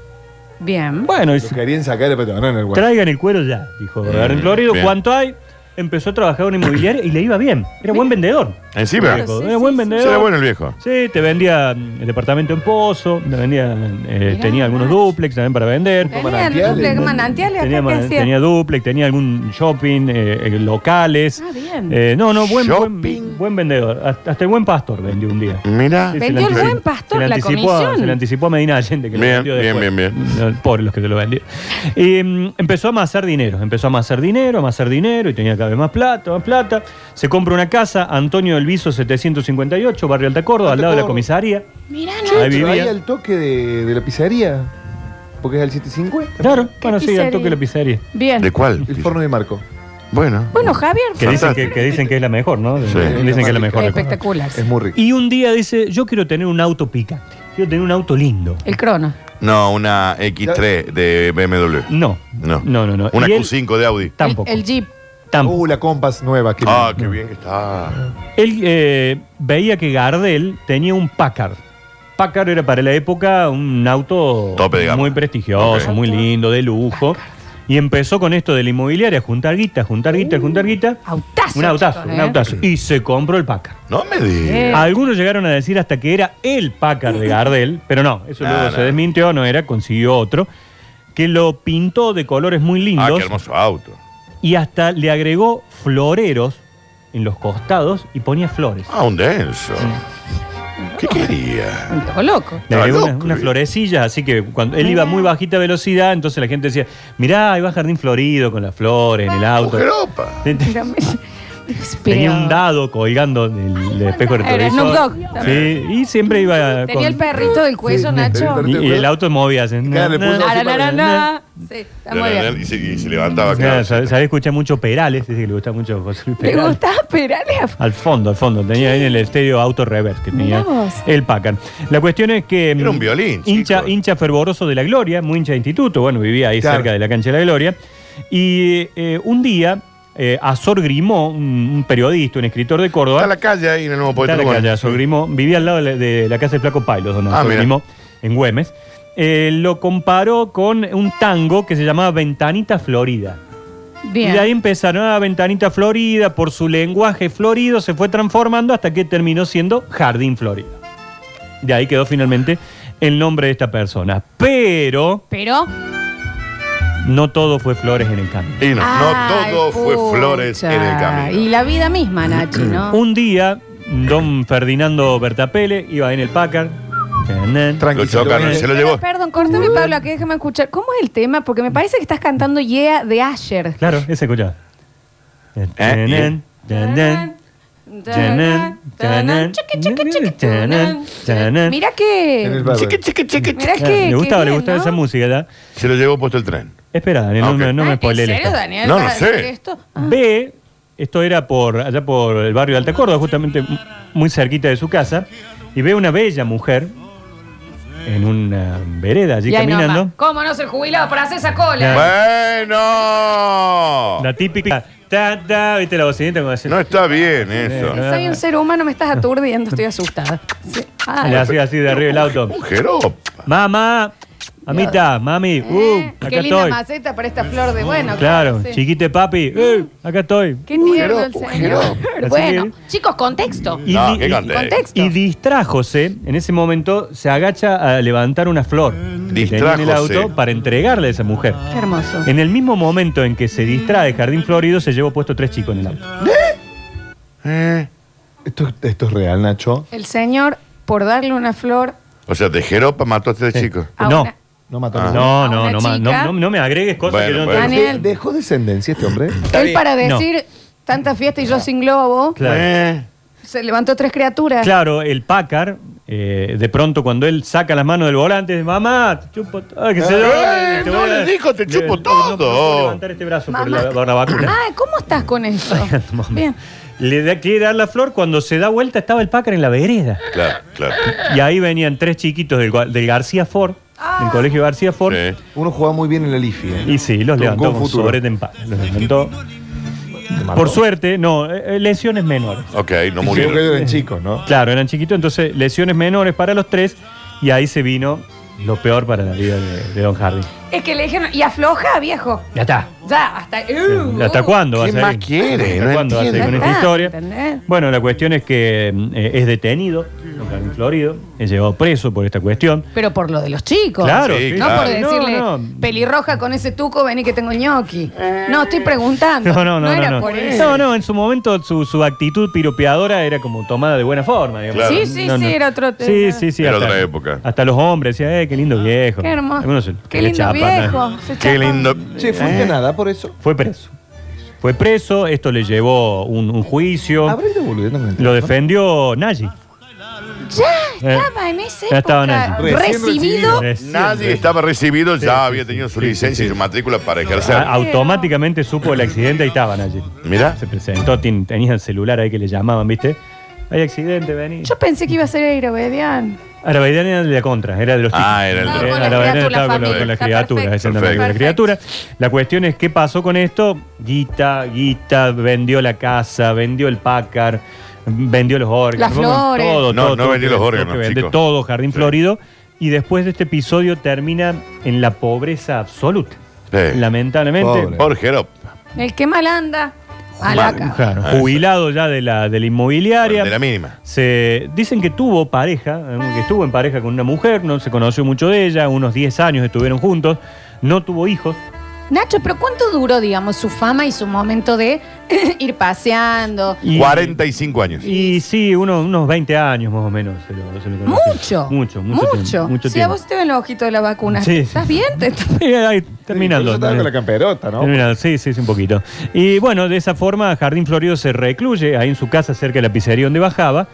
A: Bien.
E: Bueno,
C: Lo
E: dice,
C: querían sacar el petón en el bolsillo.
E: traigan el cuero ya, dijo Bernardo
B: Mm,
E: Florido.
B: bien.
E: ¿Cuánto hay? Empezó a trabajar en una inmobiliaria y le iba bien. Era buen vendedor.
B: Encima.
A: Claro, sí,
E: era
A: sí,
E: buen
A: sí.
E: vendedor.
B: Será bueno el viejo.
E: Sí, te vendía mm, el departamento en Pozo, te vendía, eh,
A: Mirá,
E: tenía algunos
A: Nacho.
E: duplex también para vender.
A: Tenía
C: manantiales.
A: duplex, manantiales
E: Tenía,
A: acá que
E: man-
A: hacía.
E: tenía duplex, tenía algún shopping, eh, eh, locales.
A: Ah, bien.
E: Eh, no, no, buen,
B: Shopping.
E: buen, buen vendedor. Hasta, hasta el buen pastor vendió un día.
B: Mira.
E: Sí, se
A: Ah, Vendió
E: le
A: el
E: anticipó-
A: buen pastor,
E: se le
A: la
E: anticipó a-
A: comisión.
E: Se le anticipó a Medina Allende. Que lo
B: Bien,
E: vendió
B: bien,
E: después.
B: bien,
E: No, Pobres los que se lo vendieron. Y, mm, empezó a amasar dinero, empezó a amasar dinero, a amasar dinero y tenía cada vez más plata, más plata. Se compra una casa, Antonio Elviso 758, Barrio Alta Córdoba, al
C: Alta
E: lado de la
C: Córdoba.
E: comisaría.
A: Mirá,
E: Ahí
A: no.
C: Pero ahí
E: vivía.
C: al toque de, de la pizzería. Porque es el 750.
E: Claro, bueno, sí,
A: pizzería?
E: al toque de la pizzería.
B: ¿De
A: Bien.
B: cuál?
C: El forno de Marco.
B: Bueno.
A: Bueno, Javier,
E: Que
A: fue
E: dicen que,
B: Fantástico.
E: que dicen que es la mejor, ¿no?
B: Sí.
E: Dicen que es la mejor. de Córdoba.
A: espectacular.
C: Es muy rico.
E: Y un día dice, yo quiero tener un auto picante, quiero tener un auto lindo.
A: El crono.
B: No, una X3 de BMW.
E: No,
B: No.
E: no, no. no.
B: Una
E: Y él
B: Q5 de Audi.
E: Tampoco.
A: El, el Jeep.
E: tampoco.
C: Uh, la compas nueva. que-
B: Ah, qué bien que está.
E: Él eh, veía que Gardel tenía un Packard. Packard era para la época un auto
B: Tope de gama.
E: muy prestigioso,
B: Ok.
E: muy lindo, de lujo. Y empezó con esto de la inmobiliaria, juntar guita, juntar guita, juntar guita.
A: Uh, Autazo.
E: Un autazo,
A: chicos,
E: un
A: ¿eh?
E: autazo. Y se compró el Packard.
B: No me digas.
A: Eh.
E: Algunos llegaron a decir hasta que era el Packard de Gardel, pero no, eso
B: Nah,
E: luego
B: nah.
E: se desmintió, no era, consiguió otro, que lo pintó de colores muy
B: Ah,
E: lindos
B: qué hermoso auto.
E: y hasta le agregó floreros en los costados y ponía flores.
B: Ah, un denso. ¿Qué quería?
A: Un todo loco.
E: Le
B: Ah,
E: agregó
B: loco,
E: unas unas
B: eh.
E: florecillas, así que cuando él iba a muy bajita velocidad, entonces la gente decía, mirá, ahí va Jardín Florido con las flores en el auto.
B: Mujeropa.
E: Tenía un dado colgando del espejo del
A: Era Snoop
E: retrovisor.
A: Dogg
E: Sí,
A: también.
E: y siempre iba con-
A: Tenía el perrito del cuello,
C: Sí,
A: Nacho.
C: el perrito.
E: Y, y el auto movía. así,
C: Claro, le
E: na,
C: puso
E: na,
A: Na,
C: así
A: na, na, na. Sí, está muy bien.
B: Y se, y se levantaba,
E: Claro,
B: claro.
E: sabe, sabe escuchar mucho Perales, dice que le gusta mucho José Luis
A: ¿Le
E: Perales.
A: gustaba Perales a
E: Al fondo, al fondo. Tenía ahí en el estéreo auto reverse que tenía
A: Mirá vos.
E: el Packard. La cuestión es que.
B: Era un
E: mm,
B: violín,
E: Hincha,
B: chicos.
E: hincha fervoroso de la Gloria, muy hincha de instituto. Bueno, vivía ahí
C: Claro.
E: cerca de la cancha de la Gloria. Y eh, un día, eh, Azor Grimó, un, un periodista, un escritor de Córdoba.
B: Está la calle ahí en el nuevo
E: Está
B: poeta.
E: en la calle Azor Grimó. Vivía al lado de la, de la casa de Flaco Pailos, don
B: Ah,
E: Azor
B: mira.
E: Grimó, en Güemes. Eh, lo comparó con un tango que se llamaba Ventanita Florida.
A: Bien.
E: Y de ahí empezaron a Ventanita Florida, por su lenguaje florido, se fue transformando hasta que terminó siendo Jardín Florida. De ahí quedó finalmente el nombre de esta persona. Pero
A: Pero.
E: no todo fue flores en el camino.
B: Y no,
A: Ay,
B: no todo
A: pucha.
B: fue flores en el camino.
A: Y la vida misma, Nachi, ¿no?
E: Un día, don Ferdinando Bertapele iba en el Packard. Tanan.
B: Lo
C: Tranquilo.
E: eh.
B: chocaron, se lo
A: Pero,
B: llevó.
A: Perdón, córtame, Pablo, aquí déjame escuchar. ¿Cómo es el tema? Porque me parece que estás cantando Yeah de Asher.
E: Claro, ese escuchá. Tanan,
A: Ah,
E: tanan, tanan, tanan, tanan, tanan.
A: Mira
C: En el
A: que.
C: barrio.
B: Chiqui, chiqui, chiqui, chiqui.
A: Mira que.
E: Le gustaba,
A: que
E: le
A: bien,
E: gustaba
A: ¿no?
E: esa música, ¿verdad?
B: Se lo llevó puesto el tren.
E: Espera, Daniel,
B: Ah,
E: no,
B: ok.
E: me- no
A: Ah,
E: me
A: ¿En
E: spoilees
A: serio,
E: esto.
A: Daniel?
B: No, no
A: ¿Vas a
B: sé.
A: hacer esto?
E: B Esto era por allá por el barrio de Alta Córdoba, justamente m- muy cerquita de su casa. Y ve una bella mujer en una vereda allí
A: Y ahí
E: caminando.
A: nomás. ¿Cómo no ser jubilado para hacer esa cola?
B: Bueno.
E: La típica. Ta, ta, ¿Viste la bocinita? Como así.
B: No está bien eso.
E: no.
A: Soy un ser humano, me estás aturdiendo, estoy asustada. Sí. Ah, Ay,
E: Le hacía así de arriba del auto.
B: Un jeropa.
E: Mamá, mamita, mami, uh,
A: eh,
E: acá
A: qué linda
E: estoy. Uh,
A: maceta para esta flor de bueno.
E: Claro,
A: sí. Mm.
E: chiquite papi, uh, acá estoy.
A: Qué mierda el
B: Ujero,
A: señor.
E: ujero.
A: Bueno,
E: Así
A: chicos, contexto.
E: Y,
B: No,
E: di-
B: qué
E: y-
B: contento.
A: Contexto.
E: y distrájose, en ese momento se agacha a levantar una flor que tenía en el
B: Distrájose.
E: auto para entregarle a esa mujer.
A: Qué hermoso.
E: En el mismo momento en que se distrae Jardín Florido, se llevó puesto tres chicos en el auto.
B: Eh.
C: Esto, esto es real, Nacho.
A: El señor, por darle una flor
B: O sea, de jeropa mató a este chico.
A: a
E: No.
A: una...
C: No mató
B: Ah.
C: a nadie.
E: No,
A: A
E: no,
A: una
E: no, ma- no,
A: chica.
E: no, no me agregues cosas
B: Bueno,
E: que yo no
B: bueno.
E: tengo.
A: Daniel.
C: ¿Dejó descendencia este hombre?
A: Él para
E: No.
A: decir tanta fiesta y yo sin globo,
E: Claro.
B: Eh.
A: se levantó tres criaturas.
E: Claro, el Packard, eh, de pronto cuando él saca las manos del volante, dice, mamá, te chupo todo. que se
B: Eh,
E: yo- te
B: no
E: voy a-
B: le dijo, te chupo
E: no,
B: todo.
E: No, puedo levantar este brazo por
A: Mamá.
E: la, por la vacuna.
A: Ah, ¿cómo estás con eso?
E: Mamá.
A: Bien.
E: Le da, quiere dar la flor, cuando se da vuelta estaba el Packard en la vereda.
B: Claro, claro.
E: Y ahí venían tres chiquitos del, gua- del García Ford,
A: Ah.
E: del colegio García Ford.
B: Sí.
C: Uno jugaba muy bien en la Lifi. ¿eh?
E: Y sí, los
C: Con-
E: levantó
C: con
E: con
C: futuro.
E: sobrete en paz. Los levantó.
C: Te mató.
E: Por suerte, no, eh, lesiones menores.
B: Ok, no
C: Y creo que
B: murió.
C: eran chicos, ¿no?
E: Claro, eran chiquitos, entonces lesiones menores para los tres. Y ahí se vino lo peor para la vida de, de Don Hardy.
A: Es que le dijeron, y afloja, viejo.
E: Ya está.
A: Ya, hasta. uh,
E: ¿Y Eh, ¿Hasta cuándo va a
B: ¿Qué
E: ser?
B: más quiere?
E: ¿Hasta
B: No
E: cuándo va a seguir con
B: entiendo.
E: esta
A: Ya está,
E: historia?
A: ¿entendés?
E: Bueno, la cuestión es que mm, eh, es detenido, don Carmen Florido, es llevado preso por esta cuestión.
A: Pero por lo de los chicos.
E: Claro,
B: sí,
A: No
B: claro.
A: por decirle,
E: No, no.
A: pelirroja con ese tuco, vení que tengo ñoqui. No, estoy preguntando.
E: No, no, no,
A: era
E: no. No,
A: por eso.
E: no, no, en su momento su, su actitud piropeadora era como tomada de buena forma, digamos.
B: Claro.
A: Sí, sí,
E: No,
A: sí,
E: no.
A: era otro tema. Ah,
E: Sí, sí, sí.
B: Era otra época.
E: Hasta los hombres decían, eh, qué lindo viejo.
A: Qué hermoso.
E: Algunos se-
A: Qué
E: le
A: lindo
E: chapan, ¿no?
A: viejo. se
B: Qué
A: chapó.
B: lindo.
E: Eh.
C: Che, ¿fuiste nada por eso?
E: Fue preso. Fue preso, esto le llevó un, un juicio.
C: ¿Habrá ido volviendo con el
E: Lo
C: teléfono?
E: defendió Naji.
A: Ya estaba en esa
E: Eh, Ya estaba en
A: época
E: esa. Eh.
C: Recién
A: recibido.
C: recibido.
B: Nadie estaba recibido, ya había tenido su licencia y su matrícula para ejercer.
E: A- automáticamente supo el accidente y estaban allí.
B: Mirá.
E: Se presentó, ten- tenías el celular ahí que le llamaban, ¿viste? Hay accidente, vení.
A: Yo pensé que iba a ser Airobedian.
E: Arabaidian era de la contra, era de los
B: Ah, era el
E: chicos.
B: de-
E: Eh,
B: Estaba con
E: Arabaidian
A: las criaturas,
E: estaba con,
A: familia.
E: con las
A: Está
E: criaturas,
A: perfecto.
E: exactamente, con las
A: Perfecto.
E: criaturas. La cuestión es, ¿qué pasó con esto? Guita, guita, vendió la casa, vendió el pácar, vendió los órganos.
A: Las
E: bueno,
A: flores.
E: Todo,
B: No, no
E: todo, todo
B: vendió
E: que-
B: los
E: todo
B: órganos,
E: que vende
B: chicos.
E: todo, Jardín
B: Sí.
E: Florido. Y después de este episodio termina en la pobreza absoluta.
B: Sí.
E: Lamentablemente.
C: Pobre.
B: Por jeropa.
A: El que mal anda, malaca.
E: Claro, jubilado ya de la, de la inmobiliaria.
B: De la mínima.
E: Se dicen que tuvo pareja, eh,
A: Ah.
E: que estuvo en pareja con una mujer, no se conoció mucho de ella, unos 10 años estuvieron juntos, no tuvo hijos.
A: Nacho, pero ¿cuánto duró, digamos, su fama y su momento de ir paseando?
E: Y,
B: 45 años.
E: Y sí, uno- unos 20 años más o menos. se lo- se lo conoce.
A: Mucho.
E: Mucho, mucho. tiempo, mucho
A: si a
E: tiempo.
A: vos te ven los ojitos de la vacuna,
E: Sí, sí.
A: ¿estás bien? Te-
E: Sí, ahí,
C: Yo
E: terminando.
C: estaba con la camperota, ¿no?
E: Terminando, Sí, sí, sí, un poquito. Y bueno, de esa forma Jardín Florido se recluye ahí en su casa cerca de la pizzería donde bajaba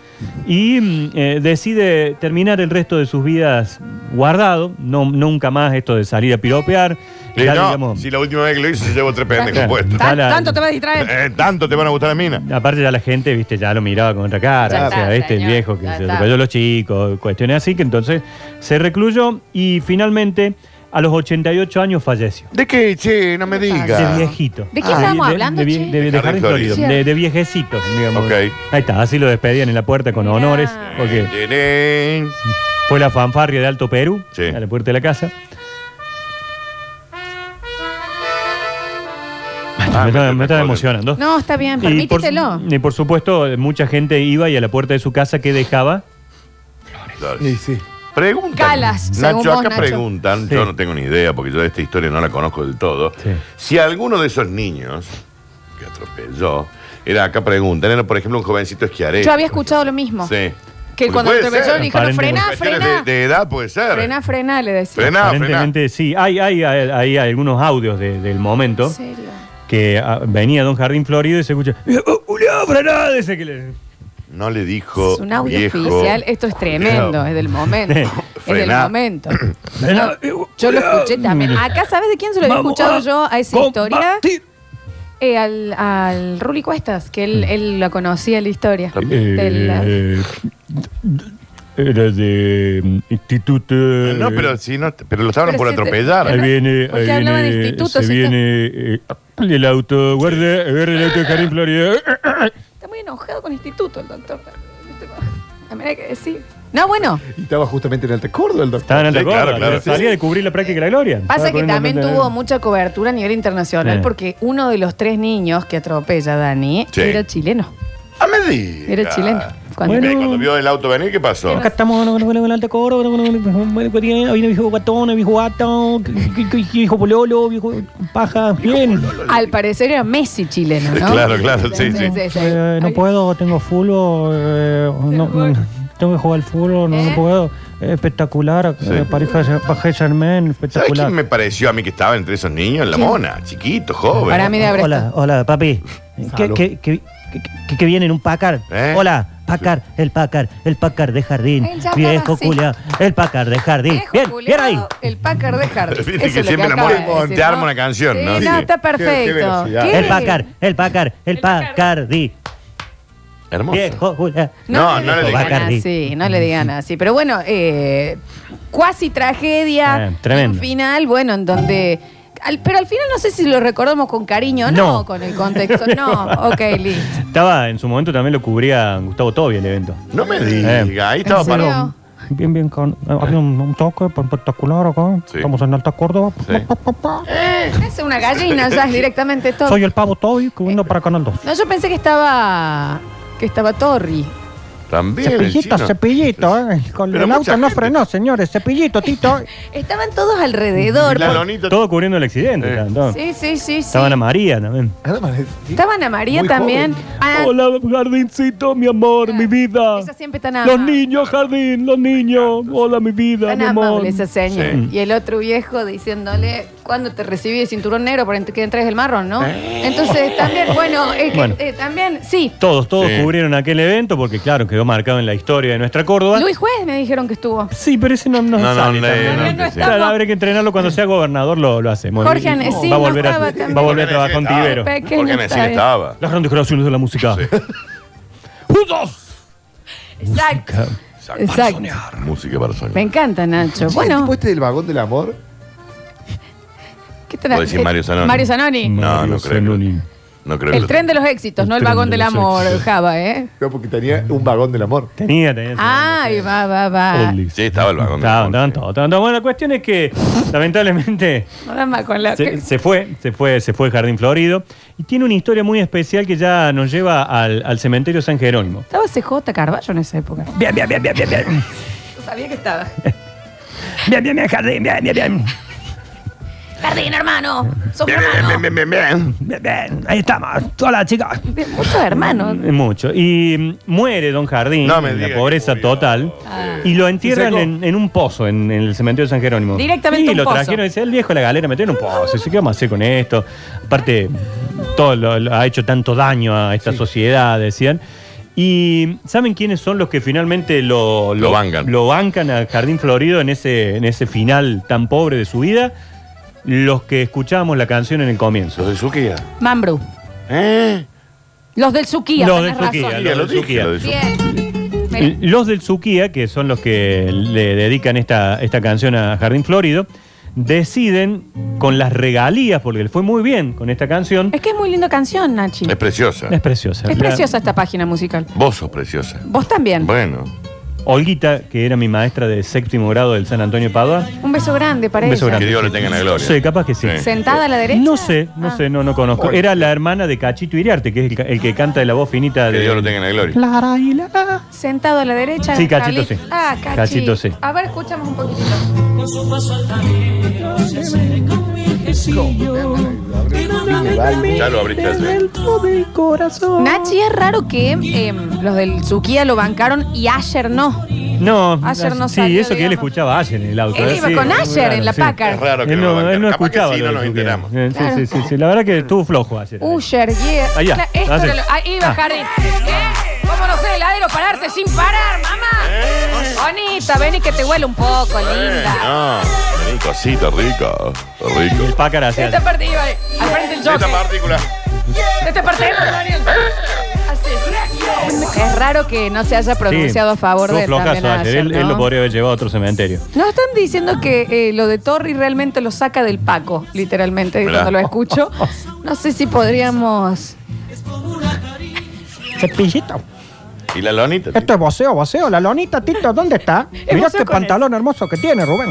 E: y mm, eh, decide terminar el resto de sus vidas guardado, no, nunca más esto de salir a piropear.
B: Y
E: Ya,
B: no,
E: digamos,
B: si la última vez que lo hice se llevó tres pendejos
E: Claro.
B: puestos.
A: Tan-
E: la-
A: Tanto te vas a distraer.
B: Eh, tanto te van a gustar las minas.
E: Aparte ya la gente, viste, ya lo miraba con otra cara.
A: Ya
E: o sea,
A: está,
E: este el
A: señor,
E: viejo que
A: ya
E: se
A: está.
E: atropelló a los chicos, cuestiones así, que entonces se recluyó y finalmente a los 88 años falleció.
B: ¿De qué, che? No me
E: De
B: digas.
E: viejito. Ah,
A: ¿De qué estábamos hablando,
E: De,
A: che?
E: vie- de- de
B: Jardín
E: Jardín
B: Florido.
E: Florido, de, de viejecito, digamos.
B: Ok.
E: Ahí está, así lo despedían en la puerta con
A: Mirá.
E: honores, porque
B: Tererén.
E: fue la fanfarria de Alto Perú,
B: Sí.
E: a la puerta de la casa.
B: Ah,
E: me, está- me está
B: recuerdo.
E: emocionando.
A: No, está bien,
E: Y por,
A: permítetelo.
E: y por supuesto, mucha gente iba y a la puerta de su casa que dejaba
C: Sí, sí.
B: Preguntan.
A: Calas, según
B: Nacho,
A: vos,
B: acá
A: Nacho.
B: preguntan,
E: Sí.
B: yo no tengo ni idea porque yo de esta historia no la conozco del todo.
E: Sí.
B: Si alguno de esos niños que atropelló, era acá preguntan, era por ejemplo un jovencito esquiaré.
A: Yo había escuchado lo mismo.
B: Sí.
A: Que
B: Porque
A: cuando
B: puede
A: atropelló
B: ser.
A: le dijeron,
E: Aparentemente.
A: frená,
B: Cuestiones
A: frená.
B: De, de edad puede ser.
A: Frená, frená, le decía.
B: Frená, frená.
E: Aparentemente sí, hay, hay, hay, hay algunos audios de- del momento
A: ¿En serio?
E: que ah, venía Don Jardín Florido y se escucha, "Oh, Julián Frená", dice que le-
B: No le dijo.
A: Es un audio
B: viejo.
A: oficial. Esto es tremendo, es del momento. es del
B: Frená.
A: momento.
E: ah,
A: Yo lo escuché también. Acá, ¿sabes de quién se lo había escuchado yo a esa historia? eh, al, al Ruli Cuestas, que él, él lo conocía la historia. Del, eh,
E: Eh, Era de mm, Instituto.
B: No, pero si no, pero lo estaban
A: Pero
B: por
A: si te-
B: atropellar.
E: Ahí viene,
A: Porque
E: ahí
A: hablaba de
E: viene,
A: institutos,
E: se
A: está-
E: viene eh, el auto, guarde, agarre el auto de Karim Florida.
A: Está muy enojado con el instituto el doctor. A mí hay que decir. No, bueno.
C: Y estaba justamente en el tecordo el doctor.
E: Estaba en el
B: Sí,
E: recuerdo,
B: claro, claro.
E: salía de cubrir la práctica de la gloria.
A: Pasa
E: Estaba
A: que
E: con una
A: también
E: tanda-
A: tuvo mucha cobertura a nivel internacional
E: Sí.
A: porque uno de los tres niños que atropella a Dani
B: Sí.
A: era chileno.
B: A medida.
A: Era chileno. Cuando-
B: Bueno. Cuando vio el auto venir, ¿qué pasó?
F: Acá estamos con el alto coro, viene viejo guatón, viejo gato, viejo pololo, viejo paja, bien.
A: Al parecer era Messi chileno, ¿no?
B: Claro, claro, sí, sí.
F: Eh, no puedo, tengo fútbol, eh, no, no, tengo que jugar al fútbol, no, no
A: ¿Eh?
F: puedo. Espectacular,
B: Sí.
F: eh, pareja Paje Germain,
B: ¿Sabes
F: espectacular.
B: quién me pareció a mí que estaba entre esos niños? La mona, chiquito, joven.
A: Para mí de haber
F: Hola, hola, papi. ¿Qué,
C: Salud.
F: qué, qué- qué- qué viene en un pacar?
B: ¿Eh?
F: Hola, pacar, el pacar, el pacar de jardín.
A: Él ya hablaba
F: Viejo
A: así.
F: culia, el pacar de jardín.
A: Viejo
F: Bien, bien
A: culiao,
F: ahí.
A: El Packer de Hardy.
B: Viste
A: Eso
B: que
A: es lo
B: siempre
A: acaba de
B: enamorado,
A: decir,
B: te arma una canción,
A: Sí,
B: ¿no? Sí.
A: está
C: Qué- qué
A: perfecto.
C: velocidad.
A: ¿Qué?
F: El pacar, el pacar, el pacardi.
B: Hermoso.
F: Viejo culia.
B: No, no le
A: digan
F: Bacardi.
A: así, no le digan así. Pero bueno, eh, cuasi tragedia.
F: Eh, tremendo.
A: y Un final, bueno, en donde. al- pero al final no sé si lo recordamos con cariño o no,
F: No.
A: con el contexto. No, ok, listo.
E: Estaba, en su momento también lo cubría Gustavo Tobi el evento.
B: No me
F: Eh,
B: diga, ahí estaba
A: ¿En serio?
B: parado.
F: Bien, bien, con, eh, había un, un toque espectacular acá.
B: Sí.
F: Estamos en Alta Córdoba.
B: Sí.
F: Pa, pa, pa, pa.
A: Es una gallina, ya es directamente todo.
F: Soy el pavo Toby que vino para Canal 2.
A: No, yo pensé que estaba. que estaba Torri.
B: También. el
F: Cepillito,
B: chino.
F: cepillito, eh. Con
B: Pero
F: el
B: mucha
F: auto no
B: gente.
F: frenó, señores. Cepillito, Tito.
A: Estaban todos alrededor.
B: La
A: por-
B: lonita.
E: Todo cubriendo el accidente.
B: Eh.
E: tanto.
A: Sí, sí, sí, sí.
E: Estaba Ana María también.
C: Nada más, ¿sí?
A: Estaban a María
C: Muy
A: también.
C: joven.
A: Ah,
E: Hola, jardincito, mi amor, mi vida.
A: esa siempre tan amable.
E: Los niños, jardín, los niños. Hola, mi vida,
A: Tan
E: mi amor.
A: amable esa señora.
B: Sí.
A: Y el otro viejo diciéndole, ¿cuándo te recibí de cinturón negro para que entres el marrón, no?
B: Eh.
A: Entonces también, bueno, es que,
E: Bueno.
A: eh, también, sí.
E: Todos, todos
B: Sí.
E: cubrieron aquel evento porque, claro, quedó marcado en la historia de nuestra Córdoba.
A: Luis Juez me dijeron que estuvo.
E: Sí, pero ese no nos
B: No, no,
E: sale
B: no,
E: también.
A: no, no, no.
E: Claro, habrá que entrenarlo cuando sea gobernador, lo, lo hacemos.
A: Jorge
E: Y- y-
A: Anesín
E: va
A: no
E: a volver a,
A: estaba también.
E: va a, volver a trabajar con
B: Estaba.
E: Tibero.
A: Pequeño
B: Porque en el cine
A: está bien.
B: estaba.
E: Las grandes creaciones de la música.
B: Sí.
E: ¡Juntos!
A: Exacto.
B: Exacto.
A: Exacto.
B: Música para soñar.
A: Me encanta, Nacho.
C: Che, ¿el tipo
A: Bueno,
C: este del vagón del amor?
A: ¿qué tal?
B: ¿Puedo decir Mario Zanoni?
A: Mario Zanoni.
B: No, no
E: Mario
B: creo.
E: Zanoni.
B: No creo que
A: El
B: lo-
A: tren de los éxitos,
E: El
A: no el
E: tren
A: vagón
E: de
A: del
E: los
A: amor,
E: éxitos.
A: Java, ¿eh?
C: No, porque tenía un vagón del amor.
E: Tenía, tenía.
A: Ay, va, va, va.
E: Only.
B: Sí, estaba el vagón. del
E: Estaban,
B: amor,
E: estaban
B: sí.
E: todos, estaban todos. Bueno, la cuestión es que, lamentablemente,
A: Nada más con la.
E: se, se fue, se fue, se fue el Jardín Florido. Y tiene una historia muy especial que ya nos lleva al, al cementerio San Jerónimo.
A: Estaba CJ Carballo en esa época.
E: Bien, bien, bien, bien, bien, bien.
A: Yo sabía que estaba.
E: Bien, bien, bien, jardín, bien, bien, bien.
A: Jardín, hermano. Sos
B: Bien, bien, bien,
A: hermano.
B: bien, bien, bien.
E: Bien, bien. Ahí estamos. Hola, chicas.
A: Muchos hermanos.
E: Mucho. Y mm, muere Don Jardín
B: No me
E: en
B: diga
E: la
B: que
E: pobreza
B: murió.
E: total. Y lo entierran
C: ¿Se secó?
E: en, en un pozo, en, en el cementerio de San Jerónimo.
A: Directamente
E: Y
A: un
E: lo
A: pozo.
E: trajeron, decía, el viejo de la galera, metió en un pozo. Dice, ¿qué vamos a hacer con esto? Aparte, todo lo, lo ha hecho tanto daño a esta sociedad, decían. Y ¿saben quiénes son los que finalmente lo,
B: Lo bancan.
E: Lo bancan a Jardín Florido en ese, en ese final tan pobre de su vida. Los que escuchábamos la canción en el comienzo.
B: Los de Suquía.
A: Mambru.
B: ¿Eh?
A: Los del Suquía.
E: Los
A: tenés
E: del Suquía,
A: razón.
B: Ya
E: Los
B: lo
E: de
B: dije,
E: Suquía.
B: lo de Suquía.
A: Bien. Mira,
E: Los del Suquía, que son los que le dedican esta, esta canción a Jardín Florido, deciden con las regalías, porque le fue muy bien con esta canción.
A: Es que es muy linda canción, Nachi.
B: Es preciosa.
E: Es preciosa.
A: Es
E: La-
A: preciosa esta página musical.
B: Vos sos preciosa.
A: Vos también.
B: Bueno.
E: Olguita, que era mi maestra de séptimo grado del San Antonio de Padua.
A: Un beso grande para
E: Un beso
A: ella.
E: grande.
B: Que Dios le tenga en la gloria.
E: Sí, capaz que sí.
B: Sí.
A: Sentada a la derecha.
E: No sé, no
A: Ah.
E: sé, no, no conozco. Era la hermana de Cachito Iriarte, que es el, ca- el que canta de la voz finita
B: Que Dios lo
E: de.
B: tenga en la gloria.
F: La, la, y la, la.
A: Sentado a la derecha.
E: Sí, Cachito,
A: Carlito.
E: sí.
A: Ah, Cachito.
E: Cachito, sí.
A: A ver, escuchamos un poquitito.
C: ¿Eh?
B: Ya lo abriste así.
A: Nachi, es raro que eh, los del Suquía lo bancaron y ayer no.
E: No,
A: Ayer no
E: sí,
A: salió,
E: eso que él
A: digamos.
E: escuchaba ayer en el auto.
A: Él
E: eh,
A: iba
E: sí,
A: con
E: muy
A: Asher en
E: raro,
A: la
E: sí.
A: Packard.
B: Es raro que
E: Él
B: lo
E: no,
B: bancaron.
E: él no
B: Capaz que
E: escuchaba.
B: sí,
E: lo
B: no
E: de
B: nos
E: su vida.
B: enteramos.
E: Eh, sí,
A: Claro.
E: sí, sí, sí, La verdad que estuvo flojo ayer.
A: Usher, yeah.
E: Allá,
A: eh. Cla- esto
E: así.
A: era lo- ah, iba
E: Ah.
A: Jardín. ¿Eh? ¿Cómo no sé el heladero pararte sin parar, mamá? Bonita, ven y que te huele un poco, linda.
B: No. Vení, cosita rica. Rico.
E: El pácara hacia
A: Esta parte iba al frente del
B: Esta
A: jockey.
B: partícula.
A: ¡No te partes, Daniel! Así. Es raro que no se haya pronunciado a favor
E: Estuvo
A: de él
E: flojazo
A: también
E: ayer.
A: ayer,
E: él,
A: ¿no?
E: él lo podría haber llevado a otro cementerio.
A: Nos están diciendo que eh, lo de Torri realmente lo saca del Paco, literalmente,
B: ¿Verdad?
A: cuando lo escucho. No sé si podríamos.
F: Cepillito.
B: ¿Y la lonita?
F: Esto es voceo, voceo. La lonita, Tito, ¿dónde está? Mira
A: voceo
F: qué
A: con
F: pantalón hermoso que tiene, Rubén.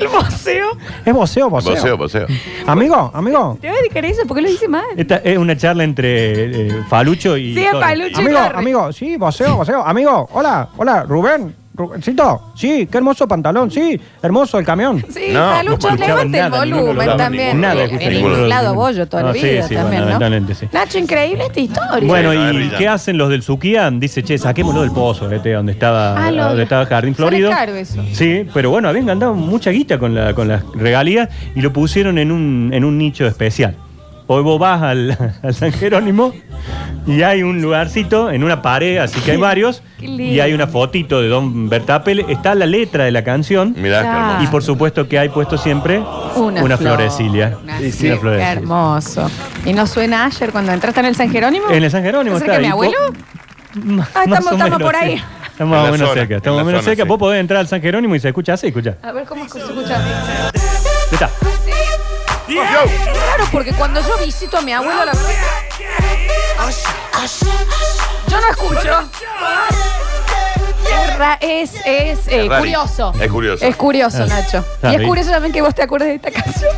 A: El museo.
F: Es voceo, voceo.
B: Poseo, poseo.
F: Amigo, amigo.
A: ¿Te voy a dedicar eso? ¿Por qué lo dice mal?
E: Esta es una charla entre eh, Falucho y.
A: Sí, es
E: Torres.
A: Palucho y
F: Amigo,
A: Torri.
F: amigo, sí, voceo, voceo. Amigo, hola, hola, Rubén. Rubencito, sí, qué hermoso pantalón, sí, hermoso el camión.
A: Sí,
B: No,
A: Palucho,
B: no
A: levante el
E: nada, ninguno lo
A: volumen
E: daba,
A: también.
E: ninguno. Nada,
A: el,
E: escucha,
A: el
B: ninguno.
A: inflado bollo todo
E: No,
A: el
E: sí,
A: video
E: sí,
A: también, ¿no?
E: lamentablemente, sí.
A: Nacho, increíble esta historia.
B: Bueno,
E: Bueno,
B: a ver,
E: ¿y
B: brillante.
E: qué hacen los del Suquian? Dice, che, saquémoslo del pozo, este, donde estaba,
A: Ah, lo-
E: donde estaba Jardín
A: Sale
E: Florido.
A: caro eso.
E: Sí, pero bueno, habían ganado mucha guita con, la- con las regalías y lo pusieron en un, en un nicho especial. Hoy vos vas al, al San Jerónimo y hay un lugarcito en una pared, así que hay varios,
A: Qué lindo.
E: y hay una fotito de Don Bertapel, está la letra de la canción.
B: Mirá, qué
A: Ah.
B: hermoso.
E: Y por supuesto que hay puesto siempre una,
A: flor,
E: florecilia.
A: Una,
C: Y sí.
A: flor,
E: Una florecilia.
A: Hermoso. ¿Y no suena ayer cuando entraste en el San Jerónimo?
E: En el San Jerónimo
A: ¿Cerca
E: está.
A: de mi
E: y
A: abuelo?
E: Más
A: Ah, estamos-
E: o
A: estamos por
E: sí.
A: ahí.
E: Estamos
B: En
E: más
B: la
E: o menos
B: zona,
E: cerca.
B: en
E: Estamos
B: la
E: más o menos
B: zona,
E: cerca.
B: sí.
E: Vos podés entrar al San Jerónimo y se escucha así, escucha.
A: A ver cómo se escucha.
E: Ahí Está.
B: Yo.
A: Claro, porque cuando yo visito a mi abuelo, la verdad que- Yo no escucho. Es ra- Es, es, eh,
B: Es raro.
A: curioso.
B: Es curioso.
A: Es curioso, Nacho.
E: Está
A: y es
E: bien.
A: curioso también que vos te acuerdes de esta canción.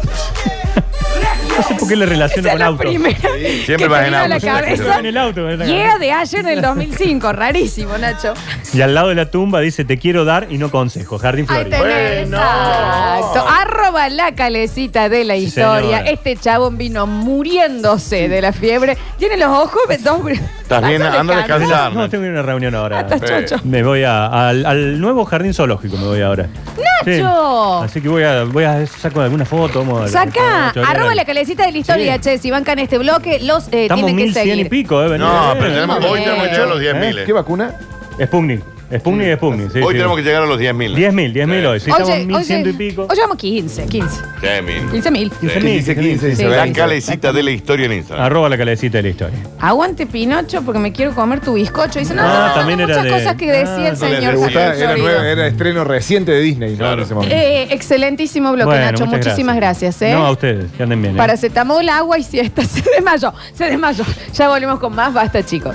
E: No sé por qué le
A: Esa
E: relaciono
A: es
E: con
A: la
E: auto.
A: primera. que
B: vas
A: te
B: en
A: vino a la
B: auto.
A: cabeza.
E: En el auto, en la
A: Llega
E: cabeza.
A: de ayer en el 2005. Rarísimo, Nacho.
E: Y al lado de la tumba dice, te quiero dar y no consejo. Jardín
A: Ahí
E: Florido.
A: tenés.
B: Bueno.
A: Exacto. Arroba la calecita de la
E: Sí,
A: historia.
E: señora.
A: Este chabón vino muriéndose de la fiebre. Tiene los ojos. Dos...
B: ¿Estás bien? Anda a descansar.
E: No, tengo una reunión ahora. Eh,
A: Estás Ah, chocho.
E: Me voy a- al, al nuevo jardín zoológico, me voy ahora.
A: ¡Nacho!
E: Sí. Así que voy a, voy a saco alguna foto. Vamos a
A: Saca,
E: a- a- a-
A: arroba la calecita de la historia,
E: Sí.
A: che, si bancan este bloque, los eh,
E: Estamos
A: tienen que
E: 1100 y
A: seguir.
E: pico, ¿eh? Venid,
B: No,
E: eh.
B: pero tenemos, hoy tenemos que llegar a los
C: ¿Qué
B: 10.000.
C: vacuna?
E: Es Sputnik. Sputnik, Sputnik. ¿Eh? Sí,
B: Hoy
E: sí.
B: tenemos que llegar a los 10.000.
E: 10.000, 10.000 hoy. Sí,
A: Oye,
E: estamos en
A: oye,
E: 1.100 y pico.
A: Hoy llevamos 15, 15,
B: 10.000.
A: 15 mil.
E: 15.000,
C: 15, 15,
E: 15.000.
A: Sí.
C: 15.
B: La calecita de la historia en Instagram.
E: Arroba la calecita de la historia.
A: Aguante, Pinocho, porque me quiero comer tu bizcocho. Dice, no,
E: Ah,
A: no, no,
E: también
A: muchas
E: era de-
A: cosas que decía
E: Ah,
A: el
E: no
B: le
A: señor.
B: Sí,
C: Gustaba,
A: Javier
B: sí,
C: era,
A: Florido.
C: nueva- era estreno reciente de Disney, ¿no?
B: Claro.
C: En ese momento.
A: Eh, excelentísimo bloque,
E: Bueno,
A: Nacho.
E: muchas
A: Muchísimas gracias, ¿eh?
E: No, a ustedes, que anden bien. ¿eh?
A: Paracetamol, agua y siesta. Se desmayó, se desmayó. Ya volvemos con más. Basta, chicos.